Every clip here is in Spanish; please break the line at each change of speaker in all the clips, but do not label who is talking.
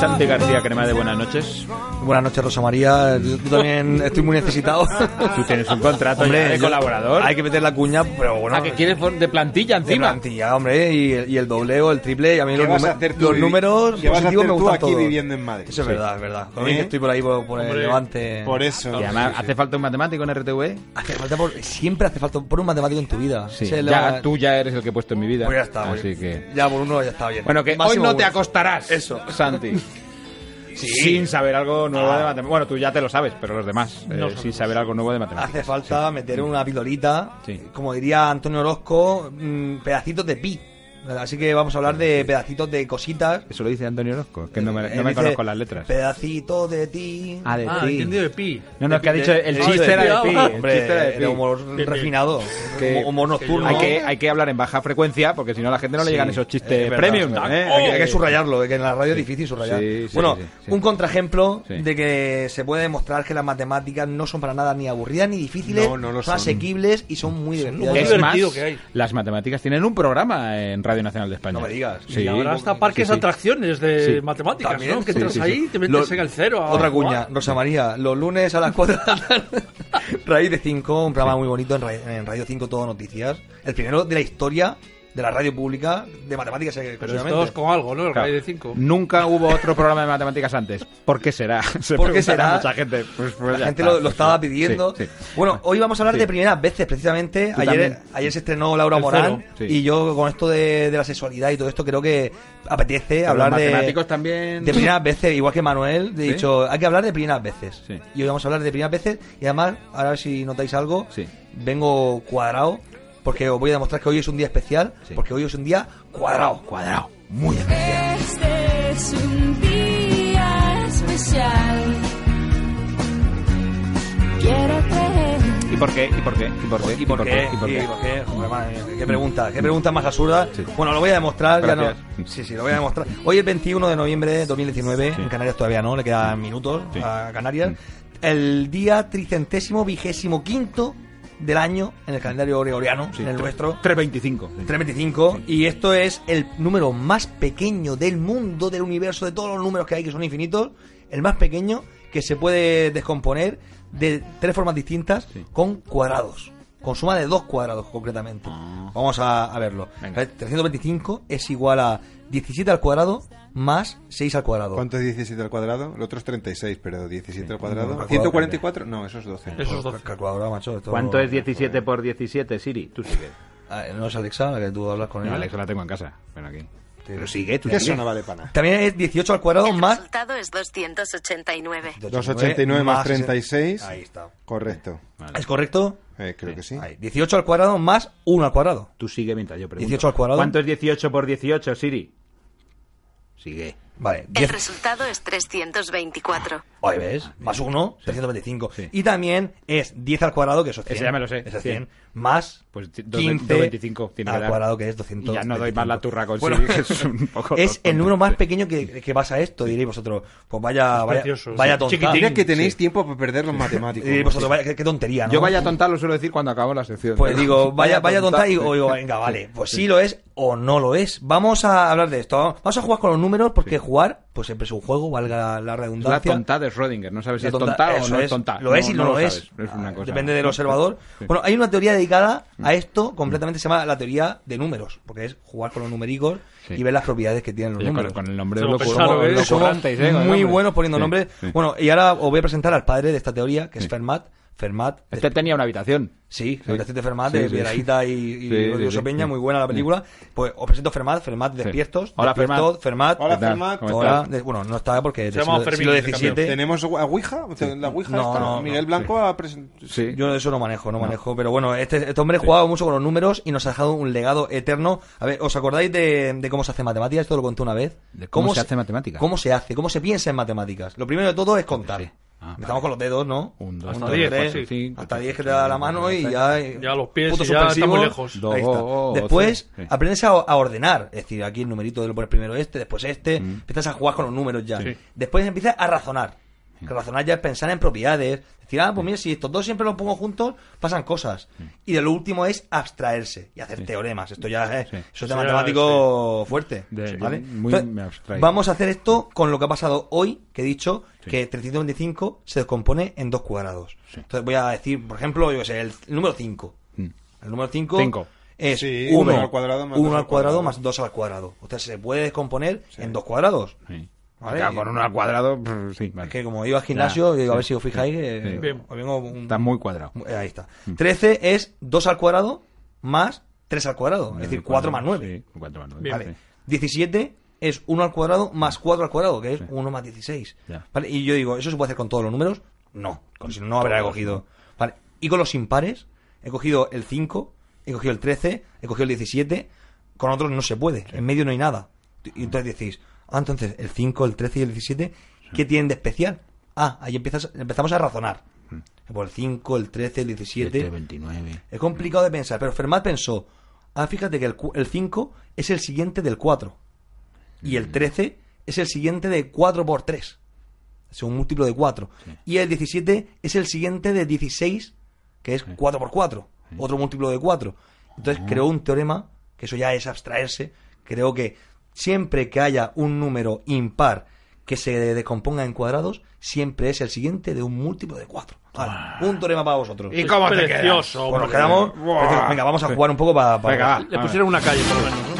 Santi García Crema de Buenas noches.
Buenas noches, Rosa María. Yo también estoy muy necesitado.
Tú tienes un contrato
Hombre,
ya de
yo-
colaborador.
Hay que meter la cuña, pero bueno.
Ah, que quieres for- de plantilla
de
encima.
plantilla, hombre, y, y el dobleo, el triple, y a mí
¿Qué
los,
vas a
numer-
hacer tú
los
vivi-
números
qué vas a
positivos me
hacer tú
gustan
aquí
todos.
viviendo en Madrid?
Eso es
Sí.
verdad, es verdad.
¿Eh?
También que estoy por ahí por, por el
Hombre,
Levante.
Por eso.
Y además,
Sí, sí.
¿hace falta un matemático en RTV?
Hace falta por- siempre hace falta por un matemático en tu vida.
Sí.
Ese es
Ya,
la-
tú ya eres el que he puesto en mi vida.
Pues ya está.
Así
pues,
que...
Ya por uno ya está bien.
Bueno, que
Máximo
hoy no te
uno.
acostarás.
Eso.
Santi. Sin saber algo nuevo
Ah.
de matemáticas. Bueno, tú ya te lo sabes, pero los demás. eh, sin saber algo nuevo de matemáticas.
Hace falta meter una pilorita,
Sí.
como diría Antonio Orozco, mm, pedacitos de pi. Así que vamos a hablar de pedacitos de cositas.
Eso lo dice Antonio Orozco, que no me,
Él
no me
Eh, dice,
conozco las letras.
Pedacito de ti.
Ah, de
Ah,
ti.
entendido de pi.
No, no, es que ha dicho el
De-
chiste era de pi. El
Hombre,
chiste era de pi.
era humor refinado,
Que-
humor- humor nocturno.
Hay que, hay que hablar en baja frecuencia porque si no a la gente no le
Sí,
llegan esos
es
chistes
verdad,
premium.
es verdad. Oh,
¿eh?
Hay, que, hay que subrayarlo, que en la radio es difícil subrayar.
Sí, sí,
bueno,
sí, sí.
un contraejemplo
Sí.
de que se puede demostrar que las matemáticas no son para nada ni aburridas ni difíciles,
No, no lo
son
son.
asequibles y son muy divertidas.
muy
Es más,
divertido que hay.
las matemáticas tienen un programa en Radio Nacional de España.
No me digas.
Sí.
Y ahora hasta parques
Sí, sí.
atracciones de
Sí.
matemáticas,
También,
¿no? Que
sí,
entras
sí, sí.
ahí y te metes
Los-
en el cero. a
Otra
jugar.
cuña, Rosa María, los lunes a las 4 de la tarde, Raíz de 5, un programa muy bonito en, Ra- en Radio 5 Todo Noticias, el primero de la historia de la radio pública de matemáticas. eh,
Pero
exclusivamente.
esto es con algo, ¿no? El
Claro.
Rally de 5.
Nunca hubo otro programa de matemáticas antes. ¿Por qué será? Se
¿Por qué
preguntará
será?
Mucha gente. Pues, pues
La
ya
gente
está.
lo, lo estaba pidiendo.
Sí, sí.
Bueno, hoy vamos a hablar
Sí.
de primeras veces, precisamente.
Tú
Ayer,
también.
ayer se estrenó Laura
El
Morán
cero. Sí.
y yo con esto de, de la sexualidad y todo esto creo que apetece
Pero
hablar
los
de...
matemáticos también.
De primeras veces, igual que Manuel, he
Sí.
dicho, hay que hablar de primeras veces.
Sí.
Y hoy vamos a hablar de primeras veces. Y además, ahora si notáis algo,
Sí.
vengo cuadrado, porque os voy a demostrar que hoy es un día especial,
Sí.
porque hoy es un día cuadrado.
Cuadrado. Muy bien.
Este es un día especial. Quiero creer.
¿Y por qué? ¿Y por qué? ¿Y por qué? ¿Y por qué? ¿Y por qué?
Sí, ¿por qué? Joder, madre mía, qué pregunta, qué pregunta más absurda. Bueno, lo voy a demostrar, ya no.
Gracias.
Sí, sí, lo voy a demostrar. Hoy es 21 de noviembre de 2019,
Sí.
en Canarias todavía no, le quedan minutos
Sí. Mm.
a Canarias. El día tricentésimo vigésimo quinto del año en el calendario gregoriano,
Sí,
en el
tre-
nuestro.
325.
325 y esto es el número más pequeño del mundo, del universo, de todos los números que hay que son infinitos, el más pequeño que se puede descomponer de tres formas distintas
Sí.
con cuadrados, con suma de dos cuadrados concretamente. Vamos a, a verlo.
Ah. Venga.
Eh, 325 es igual a 17 al cuadrado más 6 al cuadrado.
¿Cuánto es 17 al cuadrado? El otro es 36, pero 17 al
No,
cuadrado.
no,
¿144? No, eso es 12.
Eso es 12.
Calculadora, macho, esto-
¿Cuánto es 17 por 17, Siri? Tú sigue.
Ah, ¿No es Alexa la que tú hablas con
No,
ella?
Alexa la tengo en casa. Ven aquí.
Pero sigue, tú
Que Eso no vale para nada.
También es 18 al cuadrado
El
más... eh,
resultado es 289.
289 más 36.
Ahí está.
Correcto.
Vale.
¿Es correcto?
Eh, creo que sí.
Ahí, 18 al cuadrado más 1 al cuadrado.
Tú sigue mientras yo pregunto.
18 al cuadrado.
¿Cuánto es 18 por 18, Siri? Sigue.
Vale,
El
10.
resultado es 324.
Ahí ves, más 1, 325.
Sí.
Y también es 10 al cuadrado, que eso es 100.
Ese ya me lo sé,
Ese es 100.
100.
Más
Pues ti- dos-
15
225 tiene que
al
dar.
cuadrado, que es
Y
200.
ya no doy más la turra con
Bueno,
Siri, que es un poco.
Es el número más pequeño que, que pasa esto, diréis vosotros. Pues vaya, vaya,
precioso,
vaya
sí.
tonta.
Chiquitín.
Mira que tenéis
Sí.
tiempo para perder los matemáticos.
Diréis vosotros, vaya- qué, qué tontería, ¿no?
Yo vaya tonta lo suelo decir cuando acabo la sección.
Pues digo, vaya, vaya tonta y
Sí.
o digo, venga, vale, pues sí lo es o no lo es. Vamos a hablar de esto. Vamos a jugar con los números porque jugar, pues siempre es un juego, valga la
Es La
redundancia.
tonta de Schrödinger, no sabes si
La
es
tonta-
tonta o
eso
no es tonta.
Lo es y no, lo, es. Ah,
sabes. Es una cosa-
Depende del observador.
Sí. Mm.
Bueno, hay una teoría dedicada a esto, completamente se llama la teoría de números, porque es jugar con los numericos
Sí.
y ver las propiedades que tienen los
Oye, con,
números.
con el nombre
Se lo
Pues lo,
pensaron,
curro-
¿eh?
lo
Somos
currasteis, ¿eh? Con el
Muy
nombre.
buenos poniendo
Sí,
nombres.
sí.
Bueno, y ahora os voy a presentar al padre de esta teoría, que es Fermat. Fermat,
Este tenía una habitación.
Sí,
Sí.
la habitación de Fermat,
Sí,
de
sí.
Piedrahita y, y
Sí,
Rodrigo
sí, sí.
Peña, muy buena la película. Pues os presento Fermat, Fermat Despiertos.
Hola,
Despiertos, Fermat.
Hola,
¿Qué tal?
Fermat.
¿Cómo
Ahora,
estás?
de- bueno, no está porque
Se
del
llama
siglo,
Fermín,
siglo
en cambio.
XVII.
¿Tenemos a Ouija? ¿La Ouija
No,
está?
no, no.
Miguel Blanco ha presentado...
Sí.
Yo de eso no manejo, no manejo. Pero bueno, este, este hombre jugaba mucho con los números y nos ha dejado un legado eterno. A ver, ¿os acordáis de, de cómo se hace matemáticas? Esto lo conté una vez.
¿De cómo se hace matemáticas?
¿Cómo se hace? ¿Cómo se piensa en matemáticas? Lo primero de todo es contar.
Sí. Ah,
Empezamos con los dedos, ¿no?
Un, dos,
Uno,
Hasta diez,
tres,
pues,
sí.
¿eh? hasta 10 que te da la mano y ya... eh,
Ya los pies
punto
y ya está
suspensivo.
muy lejos.
Dos,
Ahí está.
tres.
Después
Sí.
aprendes a, a ordenar. Es decir,
Mm.
aquí el numerito lo pones primero este, después este. Empiezas a jugar con los números ya.
Sí.
Después empiezas a razonar. Razonar ya es pensar en propiedades. Decir, ah, pues mira, si estos dos siempre los pongo juntos, pasan cosas. Y de lo último es abstraerse y hacer teoremas. Esto ya es,
Sí.
eso es
Sí,
de matemático fuerte.
De- yo
¿vale?
muy me abstraigo.
vamos a hacer esto con lo que ha pasado hoy, que he dicho que 325 se descompone en dos cuadrados. Entonces voy a decir, por ejemplo, yo que sé, el, número 5. El número 5
Mm. Cinco.
es
Sí,
1
uno al cuadrado más dos al cuadrado.
más 2 al cuadrado. O sea, se puede descomponer en dos cuadrados.
Sí.
Vale.
Claro, con uno al cuadrado, pff, sí, vale.
Es que como iba al gimnasio,
Ya,
digo, a
sí,
ver si os fijáis,
sí.
eh,
Bien.
os vengo un-
Está Mm. muy cuadrado.
eh, Ahí está. 13 es 2 al cuadrado más 3 al cuadrado, es decir, 4 más 9.
Sí, 4 más 9.
Bien.
Vale. 17 es 1 al cuadrado más 4 al cuadrado, que es 1 más 16.
Ya.
Vale, Y yo digo, ¿eso se puede hacer con todos los números? No, con si no, no habrá cogido. Vale. Y con los impares, he cogido el 5, he cogido el 13, he cogido el 17, con otros no se puede, en medio no hay nada.
Mm.
Y entonces decís, ah, entonces el 5, el 13 y el 17, ¿qué tienen de especial? Ah, ahí empiezas, empezamos a razonar.
Mm.
Por el 5, el 13, el 17.
29.
Es complicado de pensar, pero Fermat pensó, ah, fíjate que el, cu- el 5 es el siguiente del 4 y el 13 es el siguiente de 4 por 3, es un múltiplo de 4. Y el 17 es el siguiente de 16, que es 4 por 4, otro múltiplo de 4. Entonces creó un teorema, que eso ya es abstraerse, creo que siempre que haya un número impar que se descomponga en cuadrados, siempre es el siguiente de un múltiplo de 4. Vale, un teorema para vosotros.
¿Y cómo te quedas?
Precioso,
Pues nos
hombre.
quedamos.
Buah.
preciosos. Venga, vamos a jugar un poco para.
Venga, va.
Le pusieron una calle, por lo menos. ¿no?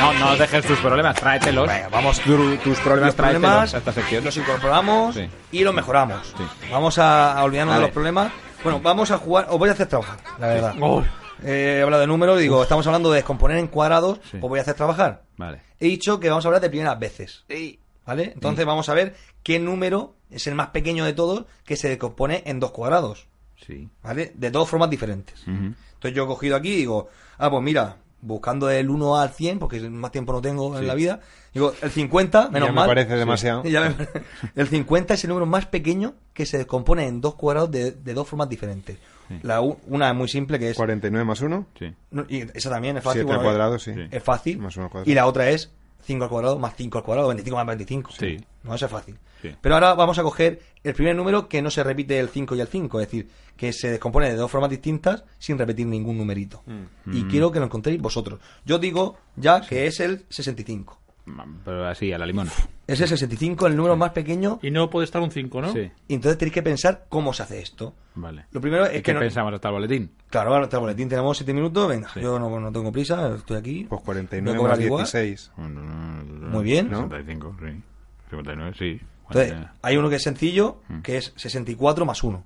No, no dejes tus problemas, tráetelos.
Venga, vamos.
Tu- tus problemas,
Los problemas
tráetelos a esta sección.
los incorporamos
Sí.
y los mejoramos.
Sí.
Vamos a, a olvidarnos
A
de los
ver.
problemas. Bueno, vamos a jugar. Os voy a hacer trabajar, la verdad.
Oh,
Eh, he hablado de números, digo, estamos hablando de descomponer en cuadrados.
Sí.
Os voy a hacer trabajar.
Vale.
He dicho que vamos a hablar de primeras veces. ¿Vale? Entonces vamos a ver qué número es el más pequeño de todos que se descompone en dos cuadrados.
Sí.
¿Vale? De dos formas diferentes.
Ujú.
Entonces yo he cogido aquí y digo, ah, pues mira, buscando del 1 al 100, porque más tiempo no tengo en la vida, digo, el 50, menos
Ya me
mal.
parece demasiado.
Ya me- el 50 es el número más pequeño que se descompone en dos cuadrados de, de dos formas diferentes. La u- una es muy simple, que es...
49 más 1.
Sí.
no, y esa también es fácil.
7 al
bueno,
cuadrado, sí.
Sí.
Es fácil.
Más uno al cuadrado.
y la otra es 5 al cuadrado más 5 al cuadrado, 25 más 25.
Sí.
No, eso es fácil.
Sí.
Pero ahora vamos a coger el primer número que no se repite el 5 y el 5, es decir, que se descompone de dos formas distintas sin repetir ningún numerito.
Mm.
Mm.
Y quiero que lo encontréis vosotros. Yo digo ya que es el 65.
Pero así, a la limón.
Es el 65 el número más pequeño
Y no puede estar un 5, ¿no?
Sí.
y entonces tenéis que pensar cómo se hace esto.
Vale.
Lo primero es
¿Y
que...
qué
no-
pensamos hasta el boletín?
Claro, ahora está el boletín, tenemos 7 minutos, venga, yo no, no tengo prisa, estoy aquí. Voy
Pues
a
49
cobrar
más
igual.
16.
Muy
Muy
bien.
65, sí. 59, sí.
Entonces,
Cuarenta-
hay uno que es sencillo, que es 64 más 1.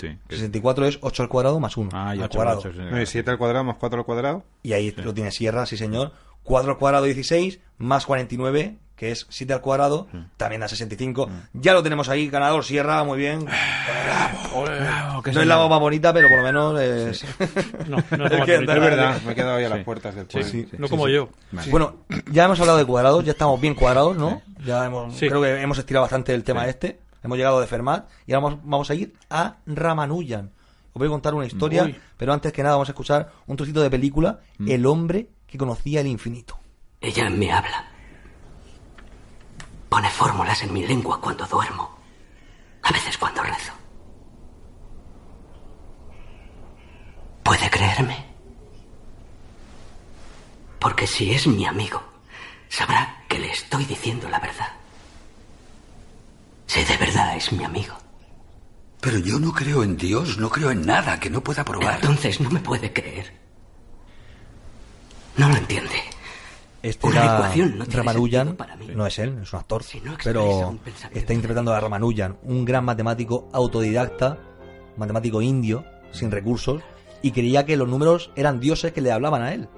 sí. Mm. que-
64 es 8 al cuadrado más 1.
Ah,
al
ya
cuadrado.
No, y 7 al cuadrado más 4 al cuadrado.
Y ahí lo tiene Sierra, sí señor. 4 al cuadrado 16 más 49, que es 7 al cuadrado, también da 65.
Mm.
Ya lo tenemos ahí, ganador Sierra, muy bien.
Ah,
no es la bomba bonita, pero por lo menos es...
No, no es
Es
como
que
el
de
Es
Torito.
verdad, me he quedado ahí a las
Sí.
puertas del
Sí,
pueblo.
sí, no como yo.
Bueno, ya hemos hablado de cuadrados, ya estamos bien cuadrados, ¿no? Ya hemos,
Sí.
creo que hemos estirado bastante el tema este. Hemos llegado de Fermat y ahora vamos, vamos a ir a Ramanujan. Os voy a contar una historia,
Uy. Mm.
pero antes que nada vamos a escuchar un trocito de película, El hombre que conocía el infinito.
Ella me habla. Pone fórmulas en mi lengua cuando duermo. A veces cuando rezo. ¿Puede creerme? Porque si es mi amigo, sabrá que le estoy diciendo la verdad. Si de verdad es mi amigo,
Pero yo no creo en Dios, no creo en nada que no pueda probar.
entonces no me puede creer. No lo entiende.
Este
Una
era
ecuación no tiene
Ramanujan,
sentido para mí.
no es él, es un actor,
Si no expresa
pero
un pensamiento.
está interpretando a Ramanujan, un gran matemático autodidacta, matemático indio, sin recursos, y creía que los números eran dioses que le hablaban a él.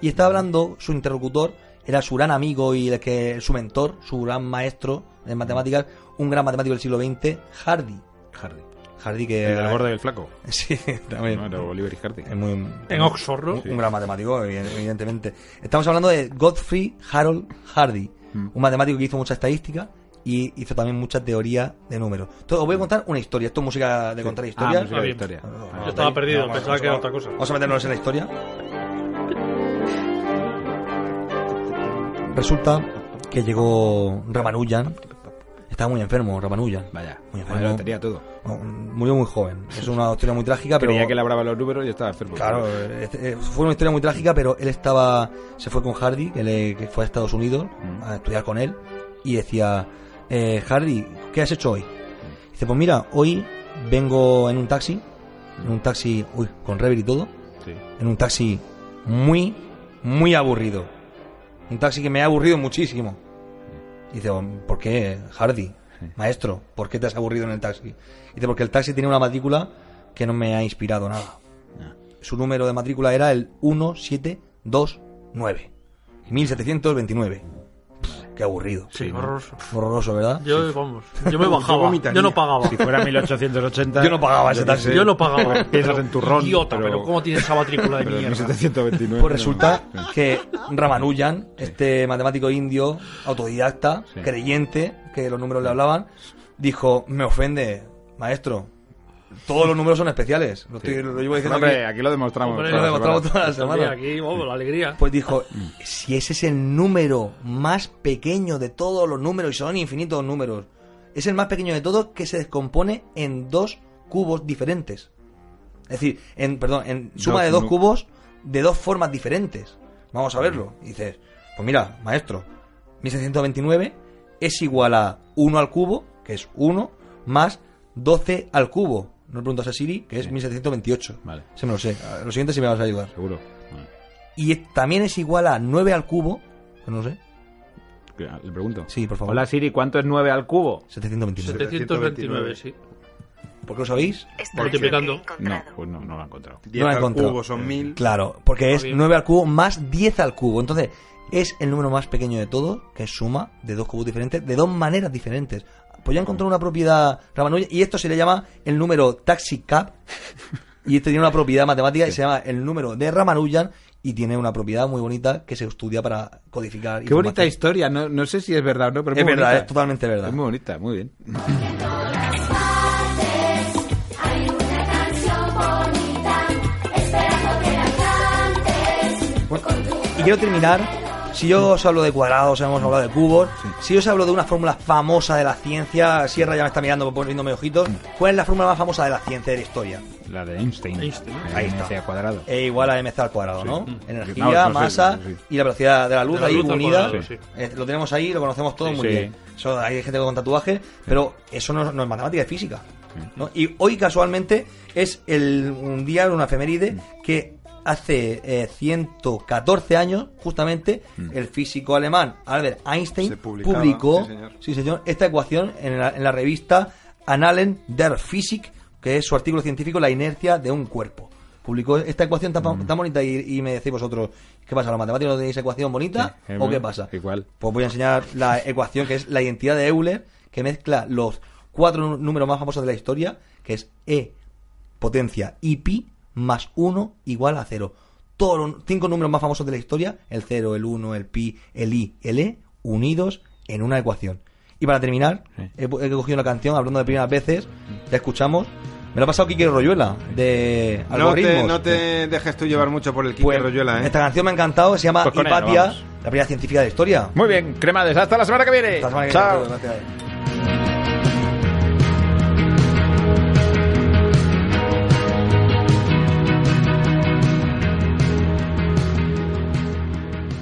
Y está hablando, su interlocutor era su gran amigo y el que, su mentor, su gran maestro en matemáticas, un gran matemático del siglo XX, Hardy.
Hardy.
Hardy que...
El del gordo y el flaco.
Sí, también.
No, era Oliver y Hardy. Ah,
Es muy,
En Oxford, ¿no?
un, un gran matemático, evi-
Mm.
evidentemente. Estamos hablando de Godfrey Harold Hardy, un matemático que hizo mucha estadística y hizo también mucha teoría de números. Entonces, os voy a contar una historia. Esto es música de contar
Ah,
historia.
música de
bien.
historia.
Ah,
Yo estaba perdido,
vamos,
pensaba que era otra cosa.
Vamos a meternos en la historia. Resulta que llegó Ramanujan. Estaba muy enfermo, Ramanujan.
Vaya,
Muy
me lo
enfermo.
tenía todo.
No, Murió muy joven. Es una historia muy trágica, pero.
Creía que labraba los números y estaba enfermo.
Claro, eh, eh, fue una historia muy trágica, pero él estaba. Se fue con Hardy, que, le- que fue a Estados Unidos a estudiar con él, y decía: eh, Hardy, ¿qué has hecho hoy? Dice: Pues mira, hoy vengo en un taxi, en un taxi, uy, con Rever y todo,
Sí.
en un taxi muy, muy aburrido. Un taxi que me ha aburrido muchísimo. Dice, ¿por qué, Hardy? Maestro, ¿por qué te has aburrido en el taxi? Dice, porque el taxi tiene una matrícula que no me ha inspirado nada. Su número de matrícula era el 1729. 1729. Pff, qué aburrido.
Sí, horroroso.
Horroroso, ¿verdad?
Yo, vamos, yo me bajaba. Yo,
vomitaría.
no pagaba.
Si fuera 1880.
Yo no pagaba ese
qué
taxi.
sé,
Yo no pagaba.
Piensas en turrón.
Idiota, pero, ¿cómo tienes esa matrícula de
pero en
mierda?
1729.
Pues resulta
no.
que Ramanujan, este matemático indio, autodidacta, creyente, que los números le hablaban, dijo, me ofende, maestro. Todos los números son especiales. Lo, estoy- lo llevo diciendo
Hombre,
aquí.
aquí lo demostramos.
Hombre,
Lo
todas las
demostramos
semanas.
toda la
Mira,
semana.
aquí, oh, la alegría.
Pues dijo, si ese es el número más pequeño de todos los números, y son infinitos números, es el más pequeño de todos que se descompone en dos cubos diferentes. Es decir, en, perdón, en suma
Dos
de dos
nu-
cubos de dos formas diferentes. Vamos a verlo.
Mm.
Y dices, pues mira, maestro, 1729 es igual a 1 al cubo, que es 1, más 12 al cubo. No le preguntas a Siri, que es 1728.
Vale.
Se me lo sé. A Lo siguiente si me vas a ayudar.
Seguro. Bueno,
Y es- también es igual a 9 al cubo. que No sé.
que- Le pregunto.
Sí, por favor.
Hola Siri, ¿cuánto es 9 al cubo?
729.
729, sí.
¿Por qué lo sabéis?
Esto es lo que
Multiplicando.
he
No,
encontrado.
pues no, no lo he encontrado.
10
No la he
al
encontrado.
cubo son 1000.
Claro, porque es
bien.
9 al cubo más 10 al cubo. Entonces, es el número más pequeño de todos, que es suma de dos cubos diferentes, de dos maneras diferentes. Pues ya encontró una propiedad Ramanujan, y esto se le llama el número taxi cab. Y este tiene una propiedad matemática que se llama el número de Ramanujan y tiene una propiedad muy bonita que se estudia para codificar.
Qué bonita
información.
historia, no, no sé si es verdad o no, pero
Es
muy
verdad,
bonita.
es totalmente verdad.
Es muy bonita, muy bien.
Y quiero terminar. Si yo os hablo de cuadrados, hemos hablado de cubos. Si yo os hablo de una fórmula famosa de la ciencia, Sierra ya me está mirando poniéndome ojitos. ¿Cuál es la fórmula más famosa de la ciencia de la historia?
La de Einstein.
Einstein.
Eh,
Ahí está.
MC al cuadrado. Mm.
E igual a mc al cuadrado, ¿no? Energía,
No, no sé,
masa
sí.
y la velocidad de la luz
De la
ahí
luz al
unida.
cuadrado, sí.
Eh, lo tenemos ahí, lo conocemos todo
Sí,
muy
sí.
bien. Eso, hay gente con tatuajes, pero eso no, no es matemática, es física. ¿no? Y hoy casualmente es el, un día, una
Mm.
efeméride, que hace eh, 114 años, justamente,
Mm.
el físico alemán Albert Einstein
Se publicaba,
publicó
sí, señor.
Sí, señor. Esta ecuación en la, en la revista Annalen der Physik, que es su artículo científico La inercia de un cuerpo. Publicó esta ecuación tan, pa-
Mm.
tan bonita y, y me decís vosotros, ¿qué pasa? ¿Los matemáticos no tenéis ecuación bonita?
Sí,
¿O
hemos-
qué pasa?
igual.
Pues voy a enseñar la ecuación que es la identidad de Euler, que mezcla los cuatro nu- números más famosos de la historia, que es E potencia y pi más 1 igual a 0. Todos los cinco números más famosos de la historia, el 0, el 1, el pi, el i, el e, unidos en una ecuación. Y para terminar,
Sí.
he, pu- he cogido una canción hablando de primeras veces, la escuchamos. Me lo ha pasado Quique Royuela, de
No te,
Algoritmos. eh.
no te dejes tú llevar mucho por el Quique
Pues,
Royuela, ¿eh?
Esta canción me ha encantado, se llama
Pues con ella,
Hipatia,
vamos.
la primera científica de la historia.
Muy bien, cremades, hasta la semana que viene.
Hasta la semana que viene,
Chao.
gracias.